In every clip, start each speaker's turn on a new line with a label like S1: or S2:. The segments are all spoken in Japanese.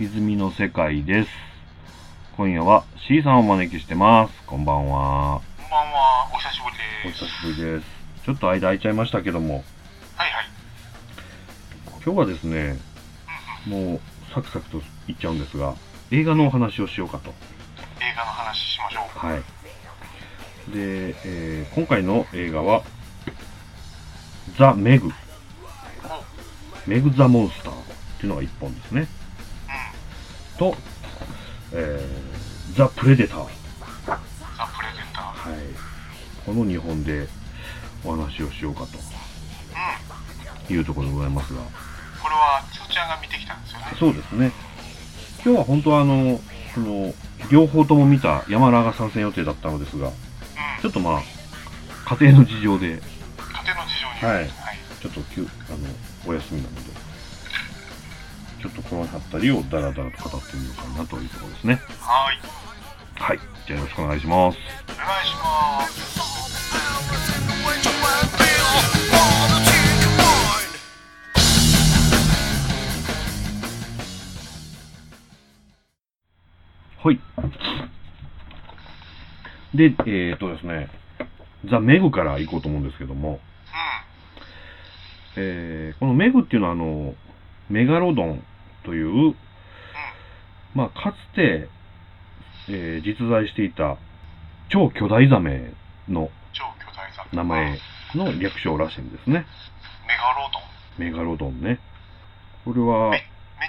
S1: 泉の世界です。今夜は C さんをお招きしてます。こんばんは。
S2: こんばんは、お久しぶ
S1: お
S2: りです。
S1: 久しぶりです。ちょっと間空いちゃいましたけども、
S2: はいはい。
S1: 今日はですね、もうサクサクといっちゃうんですが、映画のお話をしようかと。
S2: 映画の話しましょう。
S1: はい。で、えー今回の映画は、ザ・メグ。メグ・ザ・モンスターっていうのが1本ですね。と、えーザ・プレデター。はい。
S2: ザ・プレゼンター。
S1: この2本でお話をしようか
S2: うん。
S1: というところでございますが。
S2: これは、つーちゃんが見てきたんですよね。
S1: そうですね。今日は本当はあの、その、両方とも見た山田が参戦予定だったのですが、
S2: うん。
S1: ちょっとまあ、家庭の事情で、
S2: 家庭の事情に。
S1: はい
S2: はい。
S1: ちょっときゅあのお休みなので、ちょっとこの辺りをダラダラと語ってみようかなというところですね。
S2: はい
S1: はい。じゃあよろしくお願いします。
S2: お願いします。
S1: はい。で、えっ、とですね、ザ・メグから行こうと思うんですけども、
S2: う
S1: えーこのメグっていうのはあの、メガロドンという、まあ、かつて、えー実在していた超巨大ザメの
S2: ん。超巨大ザメ。
S1: 名前の略称らしいんですね。
S2: メガロドン。
S1: メガロドンね。これは、
S2: めっ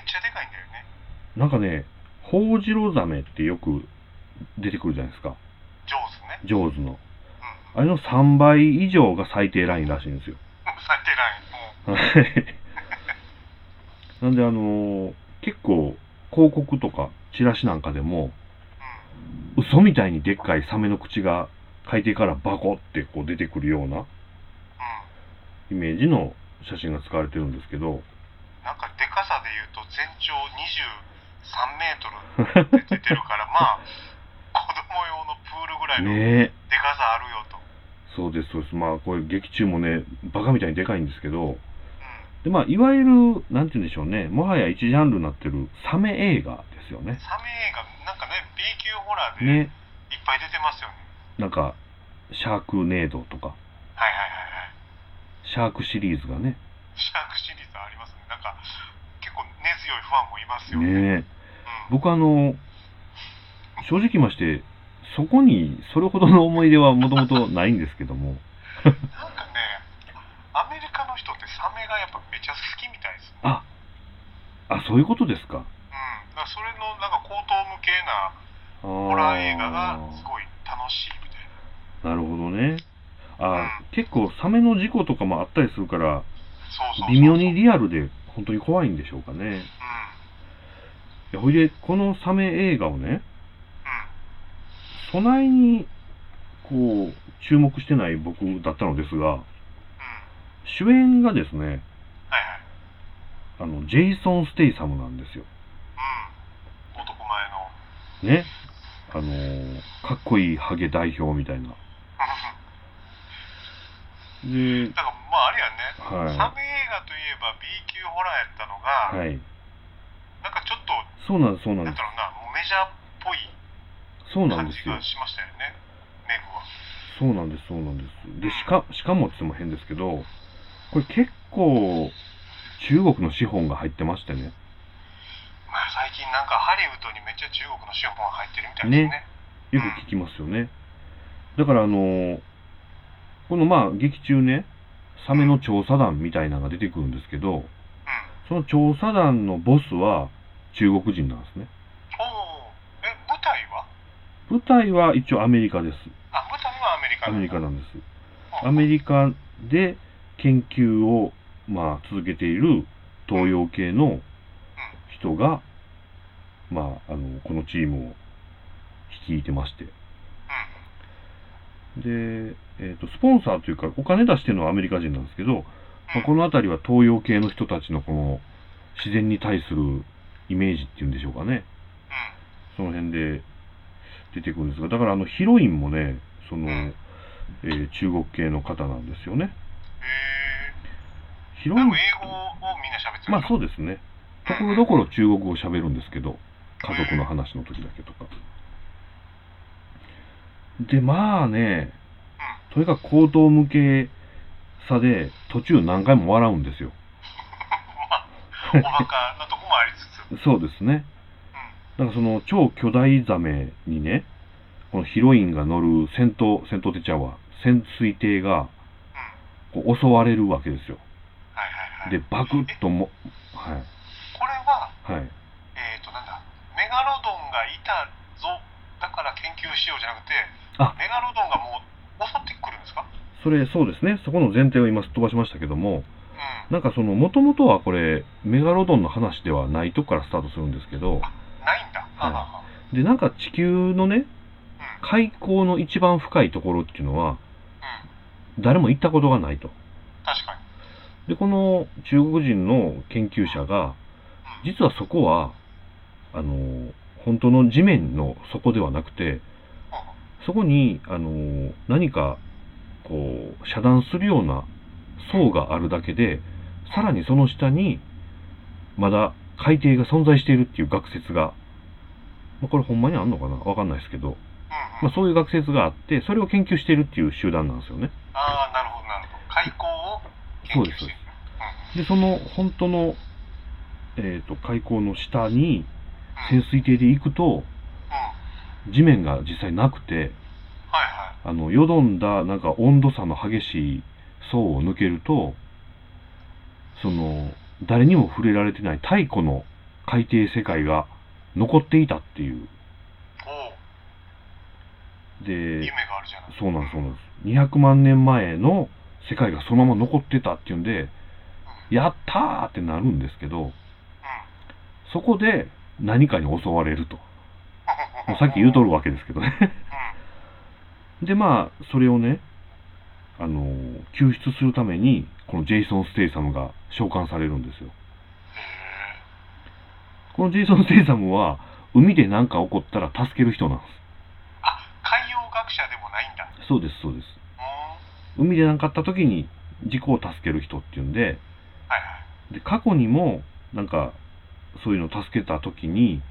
S2: ちゃでかいんだよね。
S1: なんかね、ホウジロザメってよく出てくるじゃないですか。
S2: ジョーズね。
S1: ジョーズの。
S2: うん。
S1: あれの3倍以上が最低ラインらしいんですよ。
S2: 最低ライン。もう
S1: はいなんであのー結構広告とかチラシなんかでも、
S2: ん。
S1: 嘘みたいにでっかいサメの口が海底からバコってこう出てくるような
S2: う
S1: イメージの写真が使われてるんですけど、
S2: ん。なんか、でかさで言うと、全長23メートル出てる から、まあ、子供用のプールぐらいの。
S1: ねえ、
S2: でかさあるよと。
S1: そうです、そうです。まあこれ劇中もね、バカみたいにでかいんですけど、
S2: う
S1: でまあ、いわゆる、なんて言うんでしょうね、もはや一ジャンルになってるサメ映画ですよ
S2: ん。
S1: ね。
S2: サメ映画、なんかね、B 級ホラーでいっ
S1: ね、
S2: ぱい出てますよね。
S1: なんか、シャークネードとか、
S2: はいはいはいはい。
S1: シャークシリーズがね、
S2: シャークシリーズありますね。なんか、結構根強いファンもいますよね。
S1: ね
S2: うん。
S1: 僕あの、正直言いまして、そこにそれほどの思い出はもともとないんですけども、
S2: なんかね、アメリカの人ってサメがやっぱめちゃ好きみたいですね。
S1: あ、あ、そういうことですか。
S2: うん。だからそれのなんか高等無形な
S1: あ
S2: ホ
S1: ホ
S2: ラー映画がすごい楽しいみたいな。
S1: なるほどね。あ結構サメの事故とかもあったりするから、
S2: そうそうそうそう。
S1: 微妙に
S2: うん。
S1: リアルで本当に怖いんでしょうかね。い
S2: う
S1: やほいで、このサメ映画をね、
S2: ん。
S1: 備えに、こう、注目してない僕だったのですが、
S2: うん。
S1: 主演がですね、
S2: はいはい。
S1: あの、ジェイソン・ステイサムなんですよ。
S2: うん。男前の。
S1: ね。あのーかっこいいハゲ代表みたいな。
S2: うん
S1: で、
S2: だからまああれやね、
S1: はい
S2: サメ映画といえば B 級ホラーやったのが、
S1: はい。
S2: なんかちょっと、
S1: そうなんです、そうなんで
S2: なん
S1: す
S2: だ。ろうな、もうメジャーっぽい
S1: そうなん
S2: 感
S1: で
S2: じ
S1: すよ
S2: が。しましたよね、メグは。
S1: そうなんです、そうなんです。で、しか、しかもって言っても変ですけど、これ結構、中国の資本が入ってましてね。
S2: まあ最近なんかハリウッドにめっちゃ中国の資本が入ってるみたい
S1: よ
S2: ですね。
S1: く聞きますよね。だからあのーこのまあ劇中ね、サメの調査団みたいなのが出てくるんですけど、その調査団のボスは中国人なんですね。
S2: うん。おお。え、舞台は
S1: 舞台は一応アメリカです。
S2: あ、舞台はアメリカ
S1: アメリカなんです。ア
S2: アメ
S1: メ
S2: リ
S1: リカで研究をまあ続けている東洋系の人が、まあ、あのこのチームを率いてまして。で、えー、とスポンサーというか、お金出してるのはアメリカ人なんですけど、まあ、この辺りは東洋系の人たちのこの自然に対するイメージっていうんでしょうかね、その辺で出てくるんですが、だからあのヒロインもね、その
S2: うん
S1: えー中国系の方なんですよね。
S2: へえ。
S1: ヒロイ
S2: で
S1: ン
S2: も、英語をみんな喋ってる
S1: まあそう
S2: で
S1: ですね、ところどころ中国語を喋るんですけど、家族の話の時だけとか。で、まあね、とにかく口頭向けさで、途中何回も笑うんですよ。
S2: おバカなとこもありつつ。うん。
S1: そうですね。だからその超巨大ザメにね、このヒロインが乗る戦闘、戦闘ってちゃうわ、潜水艇がこう襲われるわけですよ。
S2: はいはいはい。
S1: で、バクッとも、はい、
S2: これは、
S1: はい。
S2: えっ、と、なんだ、メガロドンがいたぞ、だから研究しようじゃなくて、
S1: あ
S2: メガロドンがもう襲ってくるんですか
S1: それ、そうですね、そこの前提を今すっ飛ばしましたけども、
S2: うん。
S1: なんかその、もともとはこれ、メガロドンの話ではないとこからスタートするんですけど、
S2: ないんだ。はあはあはあ
S1: で、なんか地球のね、海溝の一番深いところっていうのは、
S2: うん。うん。
S1: 誰も行ったことがないと。
S2: 確か
S1: で、
S2: に。
S1: この中国人の研究者が、
S2: うん。
S1: 実はそこは、あの、本当の地面の底ではなくて、そこに、あの、何か、こう、遮断するような層があるだけで、さらにその下に、まだ海底が存在しているっていう学説が、まあ、これほんまにあんのかなわかんないですけど、
S2: うん
S1: ま
S2: う
S1: あ、
S2: ん。
S1: そういう学説があって、それを研究しているっていう集団なんですよね。
S2: ああ、なるほど、なるほど。開口を研究している。
S1: で、その本当の、えっ、と、海溝の下に
S2: うん。うん。
S1: 潜水艇で行くと、
S2: は
S1: 地面が実際なくて、
S2: いはい。
S1: あの、よどんだ、なんか温度差の激しい層を抜けると、その、誰にも触れられてない太古の海底世界が残っていたっていう。
S2: おお、
S1: で
S2: 夢、があるじゃない。
S1: そうなんです、そうなんです。200万年前の世界がそのまま残ってたっていうんで、やったーってなるんですけど、そこで何かに襲われると。
S2: うん。
S1: もうさっき言うと
S2: うん。
S1: るわけですけどね。
S2: う
S1: で、まあ、それをね、あのー救出するために、このジェイソン・ステイサムが召喚されるんですよ。
S2: ん。へえ。
S1: このジェイソン・ステイサムは、海で何か起こったら助ける人なんで
S2: あ、海洋学者でもないんだ。
S1: す。そうです、そうです。
S2: うん。はい
S1: 海で何かあった時に事故を助ける人っていうんで、
S2: はい。
S1: で、過去にも、なんか、そういうのを助けた時に、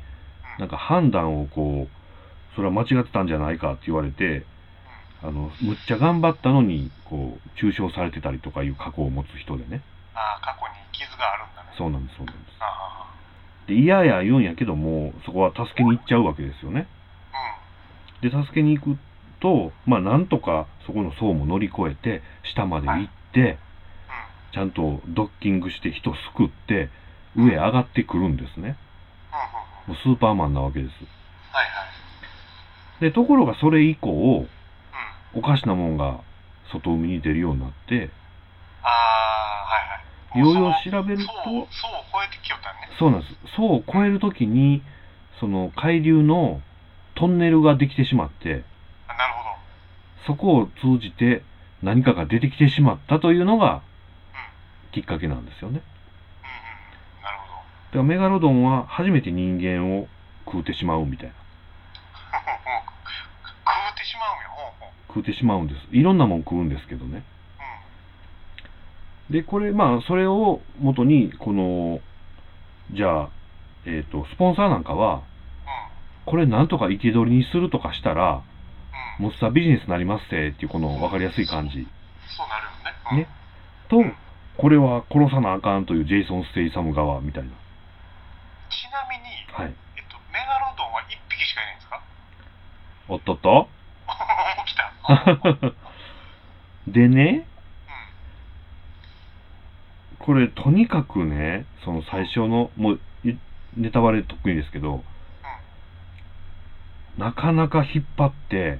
S2: う。
S1: なんんか判断をこう、それは間違ってたんじゃないかって言われて、あの、むっちゃ頑張ったのに、こう、中傷されてたりとかいう過去を持つ人でね。
S2: ああ、過去に傷があるんだね。
S1: そうなんです、そうなんです。
S2: あ
S1: で、嫌や言うんやけども、そこは助けに行っちゃうわけですよね。
S2: あ。う
S1: で、
S2: ん。
S1: 助けに行くと、まあ、なんとかそこの層も乗り越えて、下まで行って、
S2: うん。
S1: ちゃんとドッキングして人救って、上へ上がってくるんですね。
S2: うんうんうん。
S1: もうスーパーマンなわけです。
S2: はいはい。
S1: で、ところがそれ以降、
S2: うん。
S1: おかしなもんが外海に出るようになって、
S2: ああ、はいはい。
S1: いろいろ
S2: もう
S1: 調べる
S2: その
S1: と、
S2: そう、そう超えてきよったね。
S1: そうなんです。層を越えるときに、その海流のトンネルができてしまって、
S2: あなるほど。
S1: そこを通じて何かが出てきてしまったというのが
S2: うん。
S1: きっかけなんですよね。
S2: うんうん。なるほど。
S1: だからメガロドンは初めて人間を食うてしまうみたいな。
S2: 食うてしまうんや。ほうほう。
S1: 食うてしまうんです。いろんなもん食うんですけどね。
S2: うん。
S1: で、これ、まあ、それを元に、この、じゃあ、えっ、と、スポンサーなんかは、
S2: う
S1: これなんとか生け捕りにするとかしたら、
S2: ん。うん。
S1: モッサビジネスになりますってっていうこの分かりやすい感じ
S2: そうなるよね。うん
S1: ね。と、これは殺さなあかんというジェイソン・ステイサム側みたいな。
S2: ちなみに、
S1: はい。
S2: えっと、メガロドンは1匹しかいないんですか
S1: おっとっと
S2: 起き た。うん。
S1: でね、これとにかくね、その最初の、もういネタバレ得意ですけど、なかなか引っ張って、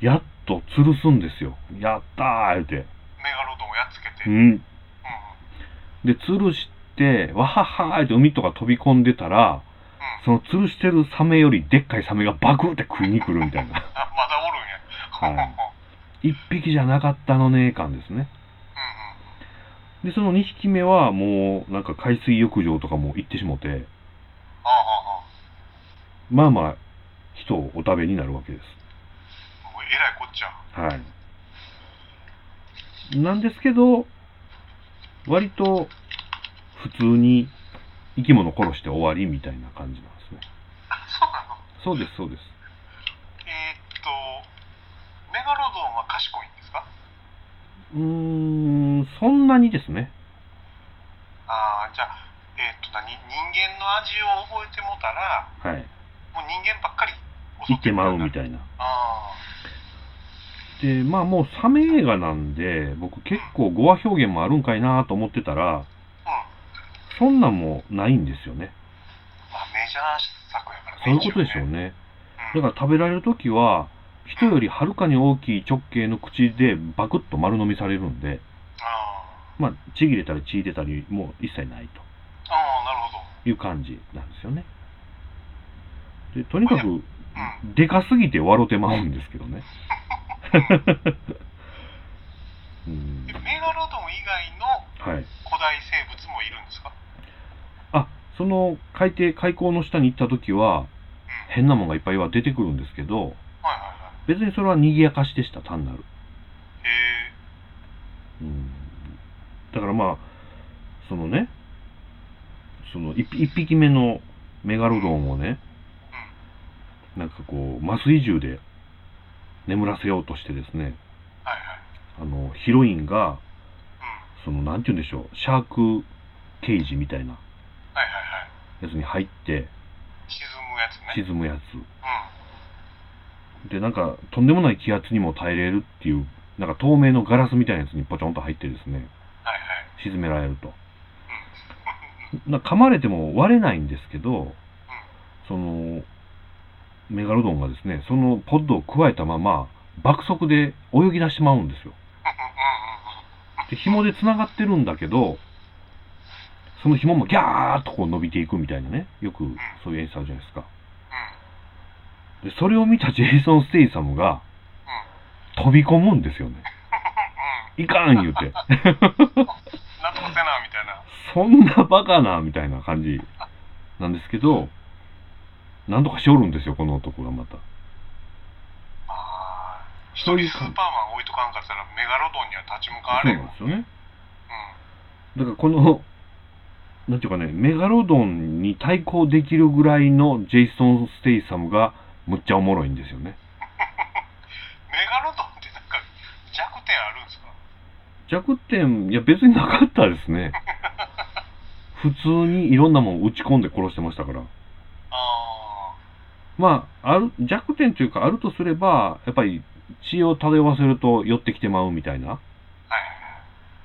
S1: やっと吊るすんですよ。やったーって。
S2: メガロドンをやっつけて。
S1: う
S2: うん。
S1: ん。
S2: うん。
S1: で、吊るして、わははーって海とか飛び込んでたら、
S2: うん
S1: その吊るしてるサメよりでっかいサメがバクって食いに来るみたいな。
S2: あ、まだおるんや。
S1: い
S2: うんうんうん。
S1: 一匹じゃなかったのねー感ですね。で、その2匹目はもう、なんか海水浴場とかも行ってしもて、
S2: ああああ。
S1: まあまあ、人をお食べになるわけです。
S2: もうえらいこっちゃ。
S1: はい。なんですけど、割と普通に生き物殺して終わりみたいな感じなんですね。
S2: あそうなの
S1: そうです、そうです。
S2: えーっとメガロドンは賢いんですか
S1: うーん、そんなにですね。
S2: ああじゃあえーっと何人間の味を覚えてもたら
S1: はい。
S2: もう人間ばっかり襲
S1: 行ってまうみ
S2: い
S1: たいな。
S2: なあ
S1: で、まあもうサメ映画なんで、僕結構語話表現もあるんかいなと思ってたら、
S2: あうん
S1: そんなんもないんですよね。
S2: まあメジャー作やから
S1: そういうことでしょう
S2: ね
S1: ね。
S2: 一
S1: だ
S2: 応ね
S1: から食べられるときは、人よりはるかに大きい直径の口でバクッと丸飲みされるんで、
S2: うんあ
S1: まあ、ちぎれたりちいでたりもう一切ない
S2: あああなるほど
S1: という感じなんですよね。でとにかく、
S2: う
S1: でかすぎて笑てまうんですけどね。うん
S2: んでメガロドン以外の
S1: はい、
S2: 古代生物もいるんですか
S1: あその海底海溝の下に行った時は
S2: うん
S1: 変なもんがいっぱいは出てくるんですけど
S2: はいはいはい
S1: 別にそれは賑やかしでした単なる、
S2: へ
S1: う
S2: え
S1: ん、だからまあそのねその 1, 匹目のメガロドンをね
S2: うん
S1: なんかこう麻酔銃で眠らせようとしてですね
S2: はいはい
S1: あのヒロインが
S2: うん
S1: そのなんて言うんでしょうシャークケージみたいな
S2: はいはいはい
S1: やつに入って
S2: 沈むやつね
S1: 沈むや
S2: うんは
S1: つでなんかとんでもない気圧にも耐えれるっていうなんか透明のガラスみたいなやつにポチョンと入ってですね
S2: いはい
S1: 沈められると
S2: うん
S1: な噛まれても割れないんですけどそのメガロドンがですねそのポッドをくわえたまま爆速で泳ぎ出してまうんですよで紐でつながってるんだけどその紐もギャーッとこう伸びていくみたいなねよくそういう演出あるじゃないですかでそれを見た ジェイソン・ステイサムが飛び込むんですよねいかん言うて
S2: なんとかせなみたいな
S1: そんなバカなみたいな感じなんですけどなんとかしおるんですよこの男がまた
S2: まあ一
S1: そういう
S2: 人ス
S1: 感
S2: ー
S1: じ
S2: パーマン置いとかんかったらメガロドンには立ち向かわ
S1: そう
S2: れ
S1: なん
S2: る
S1: ですよね
S2: う
S1: だ
S2: ん
S1: からこのなんていうかねメガロドンに対抗できるぐらいのジェイソン・ステイサムがむっちゃおもろいんですよね
S2: メガロドンってなんか弱点あるんですか
S1: 弱点いや別になかったですね普通にいろんなもん打ち込んで殺してましたから
S2: ああ
S1: まあある弱点というかあるとすればやっぱり血を漂わせると寄ってきてまうみたいな
S2: はいはいはい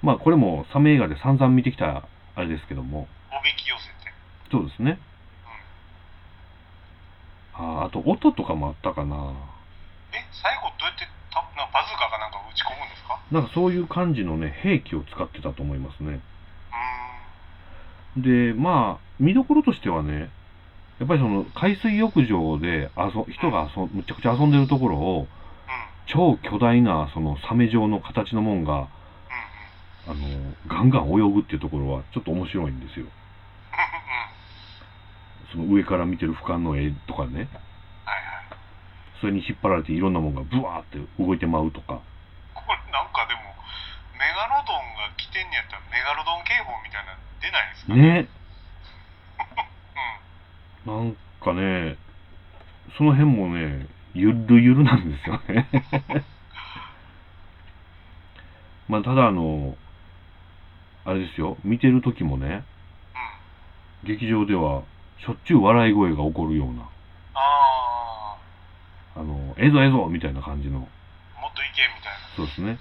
S1: まあこれもサメ映画で散々見てきたあれですけども
S2: おびき寄せて
S1: そうですねあーあと音とかもあったかな
S2: え最後どうやってたなんかバズーカかなんか打ち込むんですかう
S1: なんかそういう感じのね兵器を使ってたと思いますね
S2: ーん
S1: でまあ見どころとしてはねやっぱりその海水浴場で遊人が遊んむちゃくちゃ遊んでるところを
S2: うん
S1: 超巨大なそのサメ状の形のもんが
S2: うんうん
S1: あのガンガン泳ぐっていうところはちょっと面白いんですよ
S2: うんうん
S1: その上から見てる俯瞰の絵とかね
S2: はいはい
S1: それに引っ張られていろんなもんがブワーって動いてまうとか
S2: これなんかでもメガロドンが来てんやったらメガロドン警報みたいなの出ないんですかね
S1: ね
S2: うん
S1: なんかねその辺もねゆるゆるなんですよね まあただあのあれですよ見てる時もね
S2: うん
S1: 劇場ではしょっちゅう笑い声が起こるような
S2: ああ
S1: あのええぞええぞみたいな感じの
S2: もっといけみたいな
S1: そうですね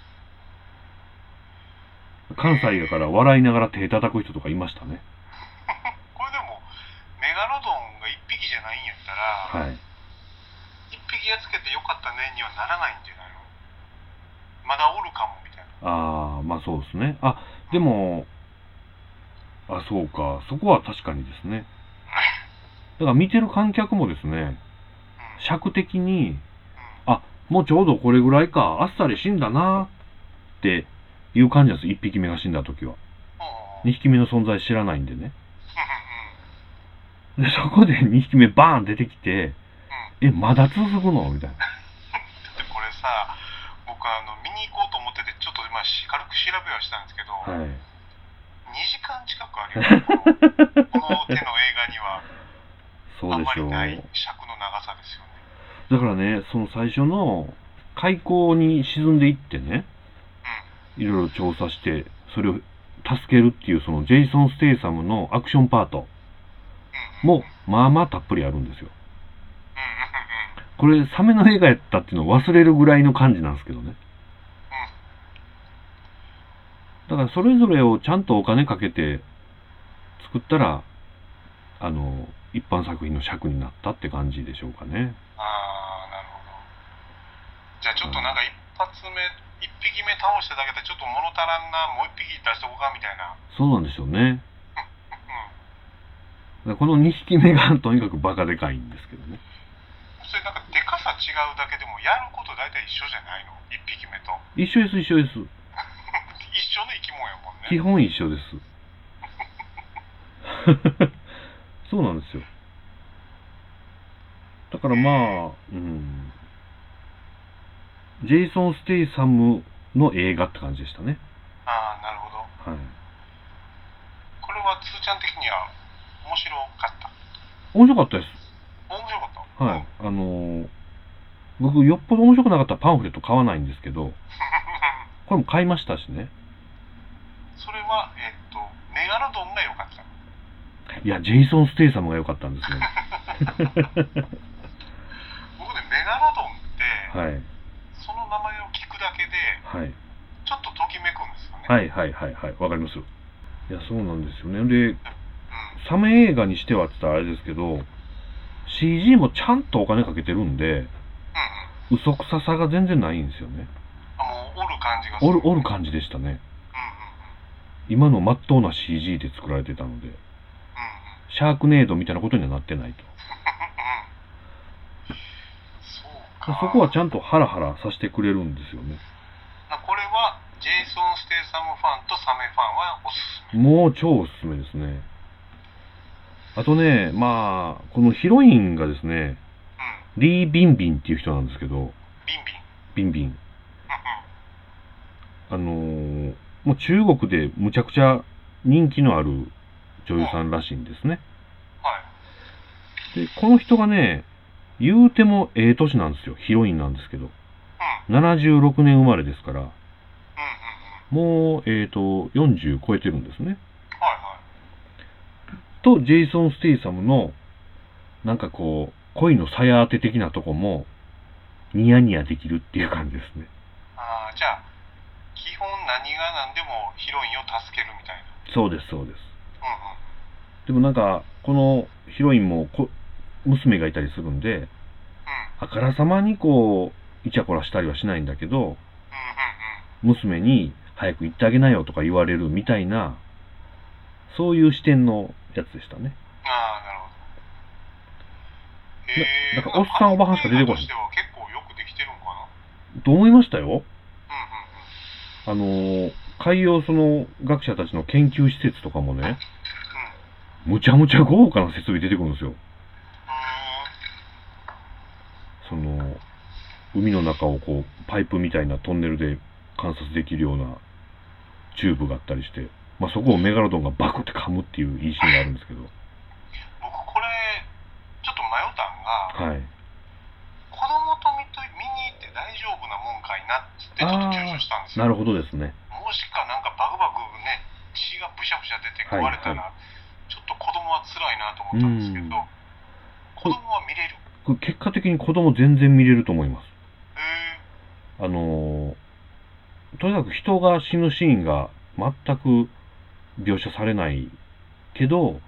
S1: 関西やから笑いながら手叩く人とかいましたね
S2: これでもメガロドンが1匹じゃないんやったら、
S1: はい
S2: 一1匹やっつけてよかったねにはならないんじゃないのまだおるかもみたいな
S1: ああまあそうですねあでもあそうかそこは確かにですねだから見てる観客もですね
S2: うん
S1: 尺的に
S2: うん
S1: あもうちょうどこれぐらいかあっさり死んだなっていう感じなんです1匹目が死んだ時は
S2: うんうんうん
S1: 2匹 目の存在知らないんでね
S2: う
S1: でそこで2匹目バーン出てきて
S2: ん
S1: えまだ続くのみたいな
S2: だってこれさ僕あの見に行こうと思っててちょっと今し軽く調べはしたんですけど、
S1: はい
S2: 2時間近くあるよこのこの手の
S1: そうで
S2: ま
S1: し
S2: り
S1: ょう。
S2: ない尺の長さですよね。
S1: だからね、その最初の開口に沈んでいってね、いろいろ調査して、それを助けるっていう、そのジェイソン・ステイサムのアクションパート
S2: うんうんうんう
S1: も、
S2: んうん
S1: まあまあたっぷりあるんですよ。
S2: うん
S1: これ、サメの映画やったっていうのを忘れるぐらいの感じなんですけどね。だから、それぞれをちゃんとお金かけて作ったら、あの、一般作品の尺になったって感じでしょうかね。
S2: ああ、なるほど。じゃあちょっとなんか一発目、一匹目倒しただけでちょっと物足らんな、もう一匹出しとこうかみたいな。
S1: そうなんでしょうね。
S2: う
S1: だから
S2: んうん。
S1: この2匹目がとにかくバカでかいんですけどね。
S2: それなんかでかさ違うだけでもやること大体一緒じゃないの一匹目と。
S1: 一緒です、一緒です。
S2: 一緒の生き物やもん
S1: 基
S2: ね。
S1: 本一緒です。 そうなんですよ。だからまあ、うん。ジェイソン・ステイサムの映画って感じでしたね。
S2: ああ、なるほど。
S1: はい。
S2: これはつーちゃん的には面白かった。
S1: 面白かったです。
S2: 面白かった。
S1: はい。あのー僕、よっぽど面白くなかったらパンフレット買わないんですけど、
S2: い。
S1: これも買いましたしね。
S2: それは、えっと、メガロドンが良かった。
S1: いや、ジェイソン・ステイサムが良かったんですよ。
S2: 僕ね、メガロドンって、
S1: はい。
S2: その名前を聞くだけで、
S1: はい。
S2: ちょっとときめくんですよね。
S1: はいはいはいはい。わかりますよ。いや、そうなんですよね。で、
S2: うん。
S1: サメ映画にしてはって言ったらあれですけど、CG もちゃんとお金かけてるんで、
S2: うんうん。
S1: 嘘くささが全然ないんですよね。
S2: あもうおる感じがす
S1: お
S2: る。
S1: る、おる
S2: じ。
S1: 感じでしたね。
S2: うんう
S1: 今の真っ当な CG で作られてたので、
S2: んうん。うんうん。
S1: シャークネードみたいなことにはなってないと。
S2: そう
S1: そ
S2: か。
S1: こはちゃんとハラハラさせてくれるんですよね。
S2: あこれは、ジェイソン・ステイサムファンとサメファンはおすすめ。
S1: もう超おすすめですね。あとね、まあ、このヒロインがですね、
S2: うん。
S1: リー・ビンビンっていう人なんですけど、
S2: ビンビ
S1: ビ
S2: ン。
S1: ンビン。
S2: うんう
S1: あの
S2: ん。
S1: ーもう中国でむちゃくちゃ人気のある女優さんらしいんですね。
S2: はい。
S1: で、この人がね、言うてもええ年なんですよ。ヒロインなんですけど。
S2: う
S1: 76年生まれですから、
S2: ん。うんうんうん。
S1: もう、えっ、と、40超えてるんですね。
S2: はいはい。
S1: と、ジェイソン・ステイサムの、なんかこう、恋の鞘当て的なとこも、ニヤニヤできるっていう感じですね。
S2: ああ、じゃあ、基本何が何でもヒロインを助けるみたいな。
S1: そうです、そうです。
S2: うんうん。
S1: でもなんか、このヒロインもこ、娘がいたりするんで、
S2: うん。
S1: あからさまにこう、イチャコラしたりはしないんだけど、
S2: うんうんうん。
S1: 娘に早く行ってあげなよとか言われるみたいな、そういう視点のやつでしたね。
S2: ああ、なるほど。え
S1: ななんかおっさんおばはんしか出てこない
S2: としては結構よくできてるんかな。
S1: と思いましたよ。
S2: うんうんうん。
S1: あのー海洋その学者たちの研究施設とかもね、
S2: うん
S1: むちゃむちゃ豪華な設備出てくるんですよ。
S2: うー
S1: その、海の中をこう、パイプみたいなトンネルで観察できるようなチューブがあったりして、まあ、そこをメガロドンがバクって噛むっていういいシーンがあるんですけど、
S2: ん僕これちょっと迷ったんが
S1: はい。
S2: 子供と見と見に行って大丈夫なもんかいなっつってちょっと躊躇したんです
S1: なる
S2: よ
S1: ほどですね。
S2: もしかなんかバグバグね血がぶしゃぶしゃ出て壊れた
S1: は
S2: ら、ちょっと子供は辛いなと思ったんですけ
S1: うん
S2: ど子供は見れる
S1: これ結果的に子供全然見れると思います。あ
S2: へえ
S1: のーとにかく人が死ぬシーンが全く描写されないけど、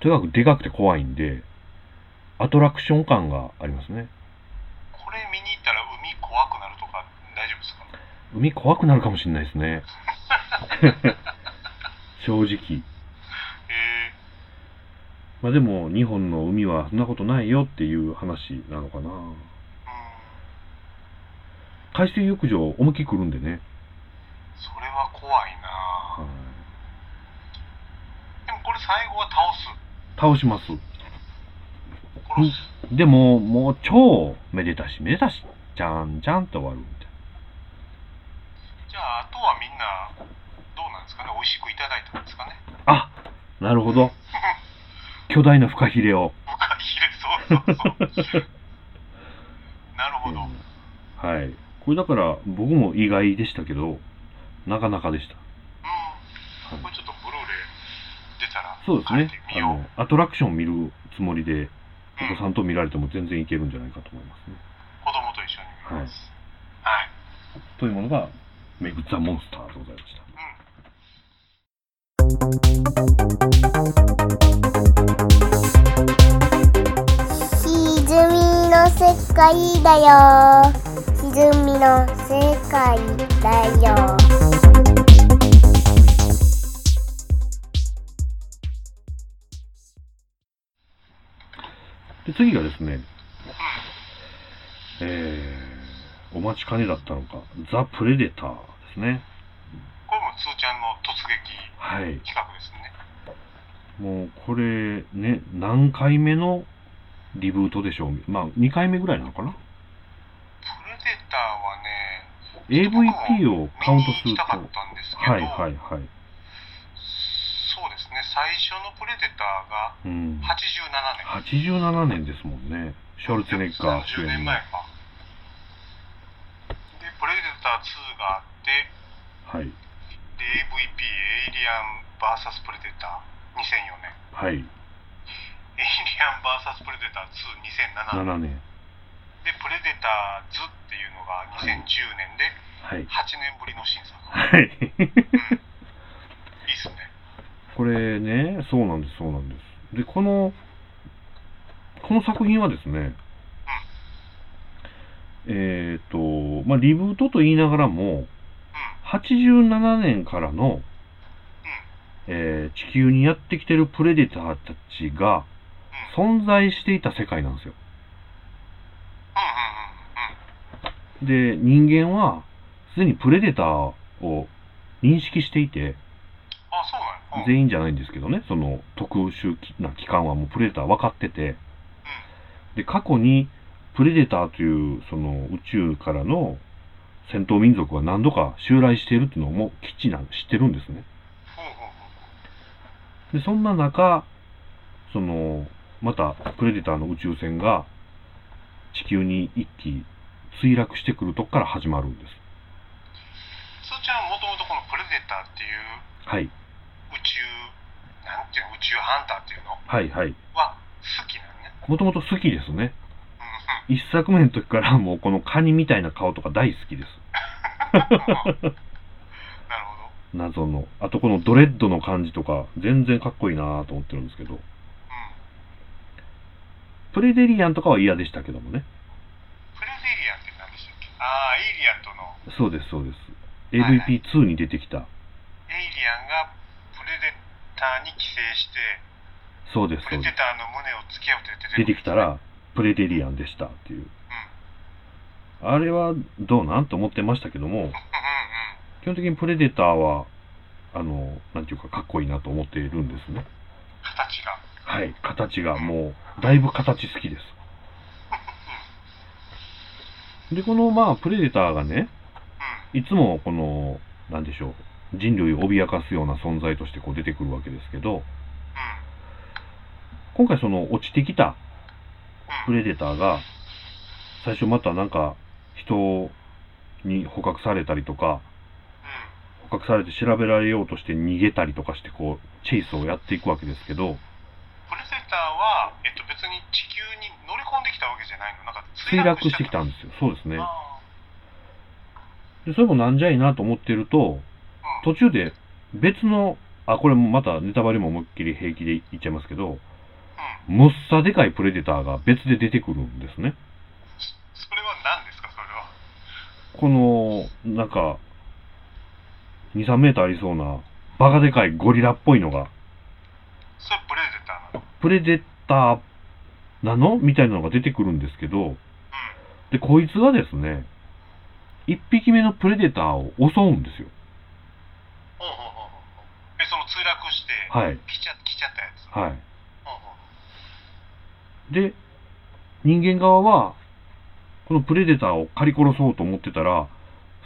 S1: とにかくでかくて怖いんで、アトラクション感がありますね。
S2: これ見に行ったら海怖くなるとか大丈夫ですか
S1: 海怖くなるかもしれないですね。正直。
S2: へえ
S1: まあでも、日本の海はそんなことないよっていう話なのかな。
S2: うん
S1: 海水浴場、思いっきり来るんでね。
S2: それは怖い
S1: は
S2: ないでもこれ最後は倒す
S1: 倒します。
S2: 殺す
S1: でも、もう超めでたし、めでたし、じゃんじゃんと終わるみたい
S2: じゃあ、あとはみんな、どうなんですかね、美味しくいただいたんですかね。
S1: な。あなるほど。巨大なフカヒレを。
S2: フカヒレ なるほど。
S1: うんはい。これだから僕も意外でしたけど、なかなかでした。
S2: うん。これちょっとブルーレイ出たら、
S1: そうですね
S2: 借りて。
S1: あ
S2: みよう。
S1: の、アトラクション見るつもりで、お子
S2: うん
S1: さんと見られても全然いけるんじゃないかと思いますね。
S2: 子供と一緒に見ます。はい。
S1: というものが、メグ・ザ・モンスターでございました。
S2: うん。
S3: 沈みの世界だよ沈みの世界だよ
S1: で、次がですね、えー、お待ちかねだったのか、ザ・プレデターですね。
S2: これもつーちゃんの突撃
S1: はい。
S2: 企画ですね。
S1: もう、これ、ね、何回目のリブートでしょう。まあ、2回目ぐらいなのかな。
S2: プレデターはね、
S1: AVP をカウントす
S2: 見
S1: る
S2: に行き
S1: と、
S2: たかっ
S1: は
S2: たんですけど、
S1: いはいはい。
S2: そうですね、最初のプレデターが
S1: うん。
S2: 87年。
S1: 87年ですもんね。ショルツェネッガー主
S2: 30
S1: 演の。
S2: 年前か。で、プレデター2があって、
S1: はい。
S2: で AVP、エイリアン VS プレデター、2004年。
S1: はい。
S2: エイリアン VS プレデター2、2007年。
S1: 7年。
S2: で、プレデターズっていうのが2010年で、
S1: はい。
S2: 8年ぶりの新作。
S1: はい。
S2: いいっすね。
S1: これね、そうなんです、そうなんです。で、この、この作品はですね、えっ、と、まあ、リブートと言いながらも、
S2: う
S1: 87年からの、えー地球にやってきてるプレデターたちが
S2: ん。うん。う
S1: 存
S2: ん。うん。うん。うん。
S1: 在していた世界なんですよ。
S2: うん。
S1: で、人間は、すでにプレデターを認識していて、
S2: あ、そうなの、うん、
S1: 全員じゃないんですけどね、その特殊な機関はもうプレデター分かってて、で、過去にプレデターというその宇宙からの戦闘民族は何度か襲来しているっていうのも基地なん知ってるんですね。
S2: ほうほうほう
S1: で、そんな中、その、またプレデターの宇宙船が地球に一機墜落してくるとこから始まるんです。
S2: すーちゃんはもともとこのプレデターっていう
S1: はい、
S2: 宇宙なんていうの宇宙ハンターっていうの
S1: はい、はい。
S2: は好きなんね
S1: もともと好きですね。
S2: うん
S1: 一作目の時からもうこのカニみたいな顔とか大好きです。
S2: うんなるほど
S1: 謎の。あとこのドレッドの感じとか、全然かっこいいなぁと思ってるんですけど。
S2: うん
S1: プレデリアンとかは嫌でしたけどもね。
S2: プレデリアンって何でしたっけああエイリアンとの
S1: そうです、そうです。
S2: はいはい
S1: AVP2 に出てきた。
S2: エイリアンがプレデターに寄生して
S1: そうです、
S2: プ
S1: そ
S2: レ
S1: う
S2: デ
S1: です。
S2: ターの胸を突き破って
S1: 出
S2: 出て
S1: てきたら、プレデリアンでしたっていう。
S2: うんうん
S1: あれはどうなんと思ってましたけども、
S2: うん
S1: 基本的にプレデターは、あの、なんていうかかっこいいなと思っているんですね。
S2: 形が
S1: はい、形がもう、だいぶ形好きです。で、この、まあ、プレデターがね、
S2: うん
S1: いつもこの、なんでしょう、人類を脅かすような存在としてこう出てくるわけですけど、今回その落ちてきたプ
S2: うんうん
S1: レデターが、最初またなんか人に捕獲されたりとか、
S2: うん
S1: 捕獲されて調べられようとして逃げたりとかしてこう、チェイスをやっていくわけですけど、
S2: プレデターは、えっと、別に地球に乗り込んできたわけじゃないのなんか
S1: 墜落してきた
S2: ん
S1: んですよ。そうですね。
S2: あ
S1: で、それもなんじゃいなと思ってると、
S2: ーうん、
S1: 途中で別の、あ、これもまたネタバレも思いっきり平気で言っちゃいますけど、
S2: うん、
S1: もっさでかいプレデターが別で出てくるんですね。
S2: それは何ですかそれは
S1: この、なんか、2、3メートルありそうな、バカでかいゴリラっぽいのが、
S2: それプレデターなの
S1: プレデターなのみたいなのが出てくるんですけど、
S2: う
S1: で、こいつがですね、1匹目のプレデターを襲うんですよ。
S2: んほうほうほうほうえその墜落して
S1: はい。
S2: 来ちゃ来ちゃったやつ
S1: は
S2: ほうほう
S1: い。で、人間側は、このプレデターを狩り殺そうと思ってたら、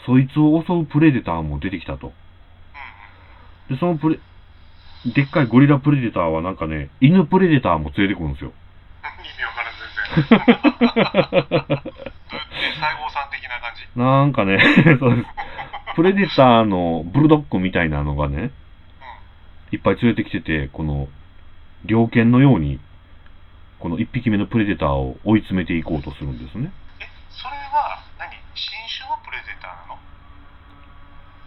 S1: そいつを襲うプレデターも出てきたと。
S2: うん
S1: で、そのプレ、でっかいゴリラプレデターはなんかね、犬プレデターも連れてくるんですよ。
S2: うん意味わからん全然 どうやって西郷さん的な感じ。
S1: なんかね、 そうです。プレデターのブルドッグみたいなのがね、いっぱい連れてきてて、この、猟犬のように、この一匹目のプレデターを追い詰めていこうとするんですね。
S2: え、それは何新種のプレデターなの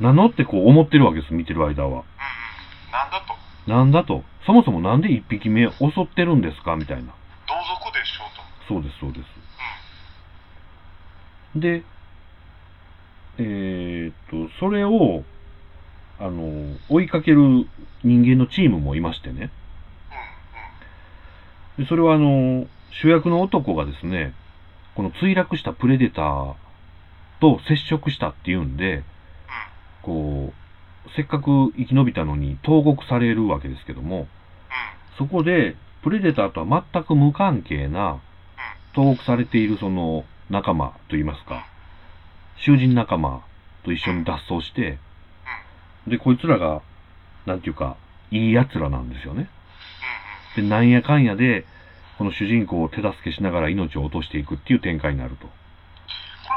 S2: うん
S1: なのってこう思ってるわけです、見てる間は。
S2: うん。なんだと
S1: なんだと、そもそもなんで一匹目襲ってるんですかみたいな。
S2: 同族でしょうと。
S1: そうです、そうで
S2: う
S1: す。で、えーっと、それを、あの、追いかける人間のチームもいましてね。
S2: ん。うん。うん。
S1: でそれはあの主役の男がですねこの墜落したプレデターと接触したっていうんでこうせっかく生き延びたのに投獄されるわけですけども
S2: う
S1: そこでプレデターとは全く無関係な投獄されているその仲間といいますか囚人仲間と一緒に脱走してでこいつらがなんていうかいいやつらなんですよね。で、なんやかんやで、この主人公を手助けしながら命を落としていくっていう展開になると。
S2: ん。これ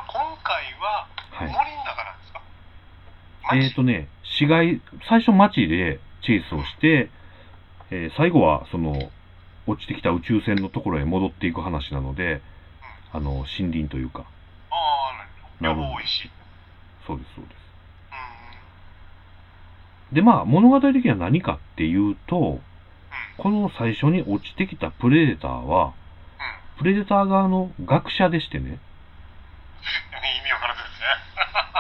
S2: 今回は
S1: はい。
S2: 森の中なんですか、
S1: えっ、とね、市街、最初街でチェイスをして、えー最後はその、落ちてきた宇宙船のところへ戻っていく話なので、あの、森林というか、
S2: ああ、
S1: な
S2: な
S1: る
S2: る
S1: ほど
S2: ほど。多いし。
S1: そうです、そうです。
S2: うん。
S1: で、まあ、物語的には何かっていうと、この最初に落ちてきたプレデターは、プレデター側の学者でしてね、
S2: うん。意味わからんですね。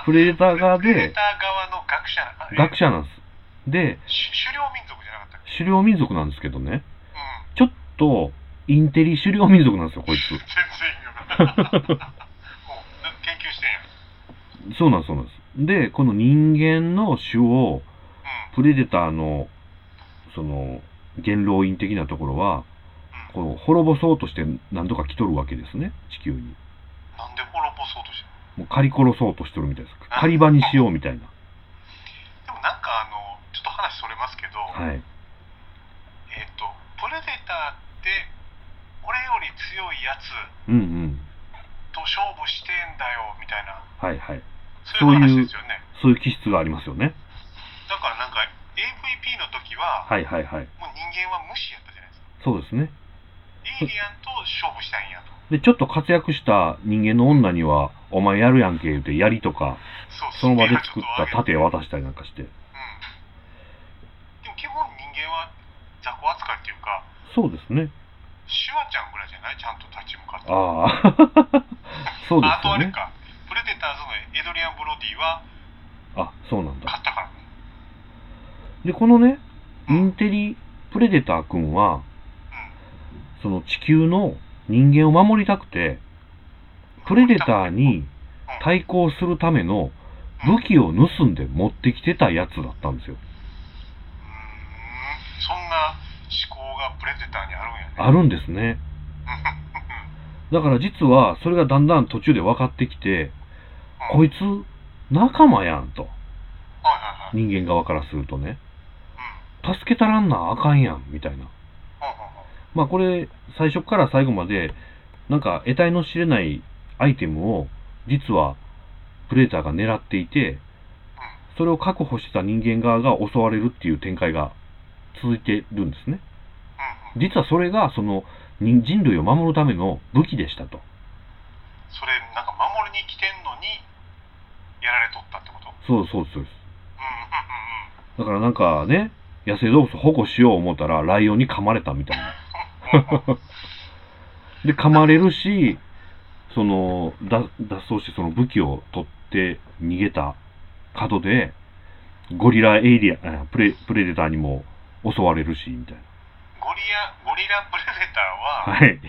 S1: プレデター側
S2: プレデ
S1: で
S2: ター側の学者なの。
S1: 学者なんです。で、
S2: し狩猟民族じゃなかったっけ
S1: 狩猟民族なんですけどね、
S2: うん。
S1: ちょっとインテリ狩猟民族なんですよ、こいつ。
S2: 全然意味わからん。 もうな研究してんや。
S1: そうなんです、そうなんです。で、この人間の種を、
S2: う
S1: プレデターの、その、元老院的なところは、
S2: ん。うん。
S1: こう滅ぼそうとして何度か来とるわけですね、地球に。
S2: なんで滅ぼそうとしてる
S1: もう狩り殺そうとしてるみたいです。狩り場にしようみたいな。
S2: でもなんかあの、ちょっと話それますけど、
S1: はい。
S2: えっ、と、プレデターって、俺より強いやつ
S1: うんうん。
S2: と勝負してんだよ、みたいな、
S1: はいはい。
S2: そういう話ですよね。
S1: そういう気質がありますよね。
S2: だからなんか、AVP の時は、
S1: はいはいはい。
S2: もう人間は無視やったじゃないですか。
S1: そうですね。
S2: エイリアンと勝負したいんやと。
S1: で、ちょっと活躍した人間の女には、お前やるやんけ、言うて槍とか、
S2: そう
S1: その場で作っ
S2: スピーカー
S1: た
S2: ちょっと上げて
S1: 盾を渡したりなんかして。
S2: うん。でも基本人間は雑魚扱いっていうか、
S1: そうですね。
S2: シュワちゃんぐらいじゃないちゃんと立ち向かって。
S1: あ あ。そうで
S2: ああ
S1: す
S2: と
S1: よ
S2: あれ
S1: ね。
S2: か、プレデターズのエドリアン・ブロディは
S1: あ、そうなんだ。
S2: 勝ったからね。
S1: で、このね、イ
S2: うん。うん。
S1: ンテリプレデター君は、その地球の人間を守りたくて、プレデターに対抗するための武器を盗んで持ってきてたやつだったんですよ。
S2: うーんそんな思考がプレデターにあるんやね。
S1: あるんですね。だから実は、それがだんだん途中で分かってきて、こ
S2: い
S1: いつ、仲間やんと。
S2: はいはいはい。うん。
S1: 人間側からするとね。
S2: う
S1: 助けたらんなあかんやん、みたいな。
S2: んうんうん
S1: まあこれ、最初から最後まで、なんか得体の知れないアイテムを、実はプレーターが狙っていて、それを確保してた人間側が襲われるっていう展開が続いてるんですね。
S2: うんうん
S1: 実はそれが、その人人類を守るための武器でしたと。
S2: それ、なんか守りに来てんのに、やられとったってこと
S1: そうそうですそうで
S2: うんう
S1: す。だからなんかね、野生動物保護しよう思ったら、ライオンに噛まれたみたいな。
S2: んうんうん。うんうん
S1: で、噛まれるし、その、だ脱走してその武器を取って逃げた角で、ゴリラエイリアン、あプレプレデターにも襲われるし、みたい
S2: ゴリラ、ゴリラプレデタ
S1: な。
S2: ー
S1: は
S2: は、
S1: い。
S2: プレデ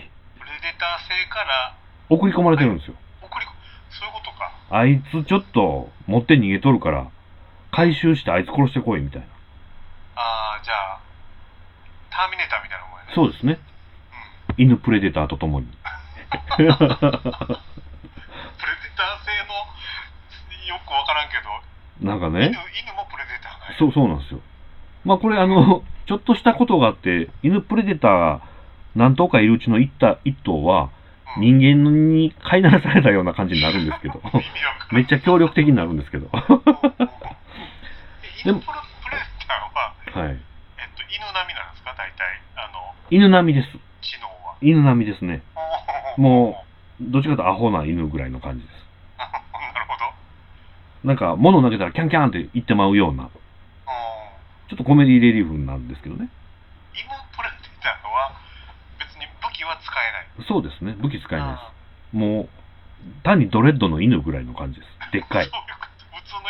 S2: ター性から
S1: 送り込まれてるんですよ。
S2: 送り込、そういうことか。
S1: あいつちょっと持って逃げとるから、回収してあいつ殺してこい、みたいな。
S2: ああ、じゃあ、ターミネーターみたいなもんやね。
S1: そうですね。
S2: う
S1: 犬プレデターと共に。
S2: んプレデター性の、よくわからんけど、
S1: なんか
S2: 犬
S1: ね、
S2: 犬もプレデターなんや
S1: そう、そうなんですよ。まあこれあの、ちょっとしたことがあって、犬プレデターが何頭かいるうちの1た一頭は、
S2: うん、
S1: 人間に飼いならされたような感じになるんですけど、
S2: 意味わかんな
S1: め
S2: い
S1: っちゃ協力的になるんですけど、 は
S2: でもプロプレーターは、
S1: い。
S2: えっと、犬並みなんですか大体あの
S1: 犬並みです。
S2: 知能は
S1: 犬並みですね。も
S2: う
S1: どっちかというとアホな犬ぐらいの感じです。
S2: なるほど
S1: なんか、物投げたらキャンキャンって言ってまうような、
S2: うん
S1: ちょっとコメディレリーフなんですけどね。
S2: 犬プレデターは別に武器は使えない
S1: そうですね。武器使えない
S2: あ
S1: です。もう、単にドレッドの犬ぐらいの感じです。でっ
S2: ー
S1: かい。
S2: そういうこと普通の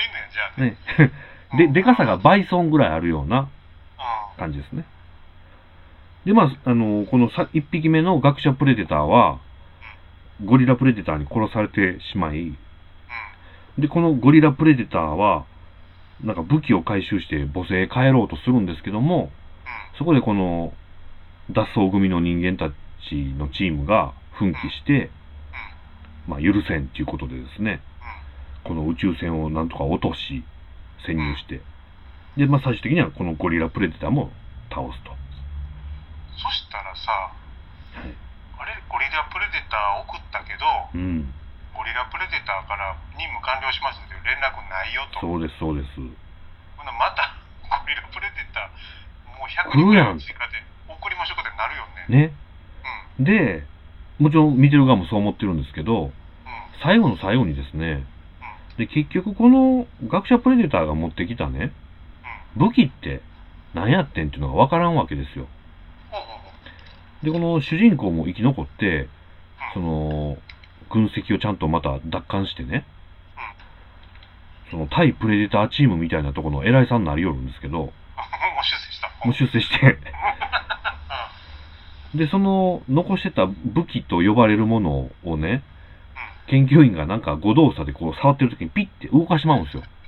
S2: 犬やんじゃあ
S1: ね。 で、でかさがバイソンぐらいあるような
S2: う
S1: 感じですね。で、まあ、あの、このさ1匹目の学者プレデターは、ゴリラプレデターに殺されてしまい、
S2: んうん
S1: で、このゴリラプレデターは、なんか武器を回収して母性へ帰ろうとするんですけども、
S2: う
S1: そこでこの脱走組の人間たちのチームが奮起して、まあ、許せんということでですね、この宇宙船をなんとか落とし、潜入して、で、まあ、最終的にはこのゴリラプレデターも倒すと。
S2: んそしたらさあれゴリラプレデター送ったけど
S1: うん、
S2: ゴリラプレデターから任務完了しますっていう連絡ないよと
S1: そうです、そうです。
S2: ほなまた ゴリラプレデターもう100
S1: 来る
S2: 人ぐ
S1: や
S2: らい
S1: ん
S2: 追加で送りましょうかってなるよ
S1: ね。
S2: ねう
S1: で、もちろん見てる側もそう思ってるんですけど、
S2: んうん
S1: 最後の最後にですね、で、結局この学者プレデターが持ってきたね、武器って何やってんっていうのが分からんわけですよ。
S2: ほうほうほう
S1: で、この主人公も生き残って、その、軍籍をちゃんとまた奪還してね、その対プレデターチームみたいなところの偉いさんになりよるんですけど、
S2: もう出世した
S1: もう出世して、で、その残してた武器と呼ばれるものをね、研究員がなんか誤動作でこう触ってる時にピッて動かしまうんですよ。
S2: うんうんうん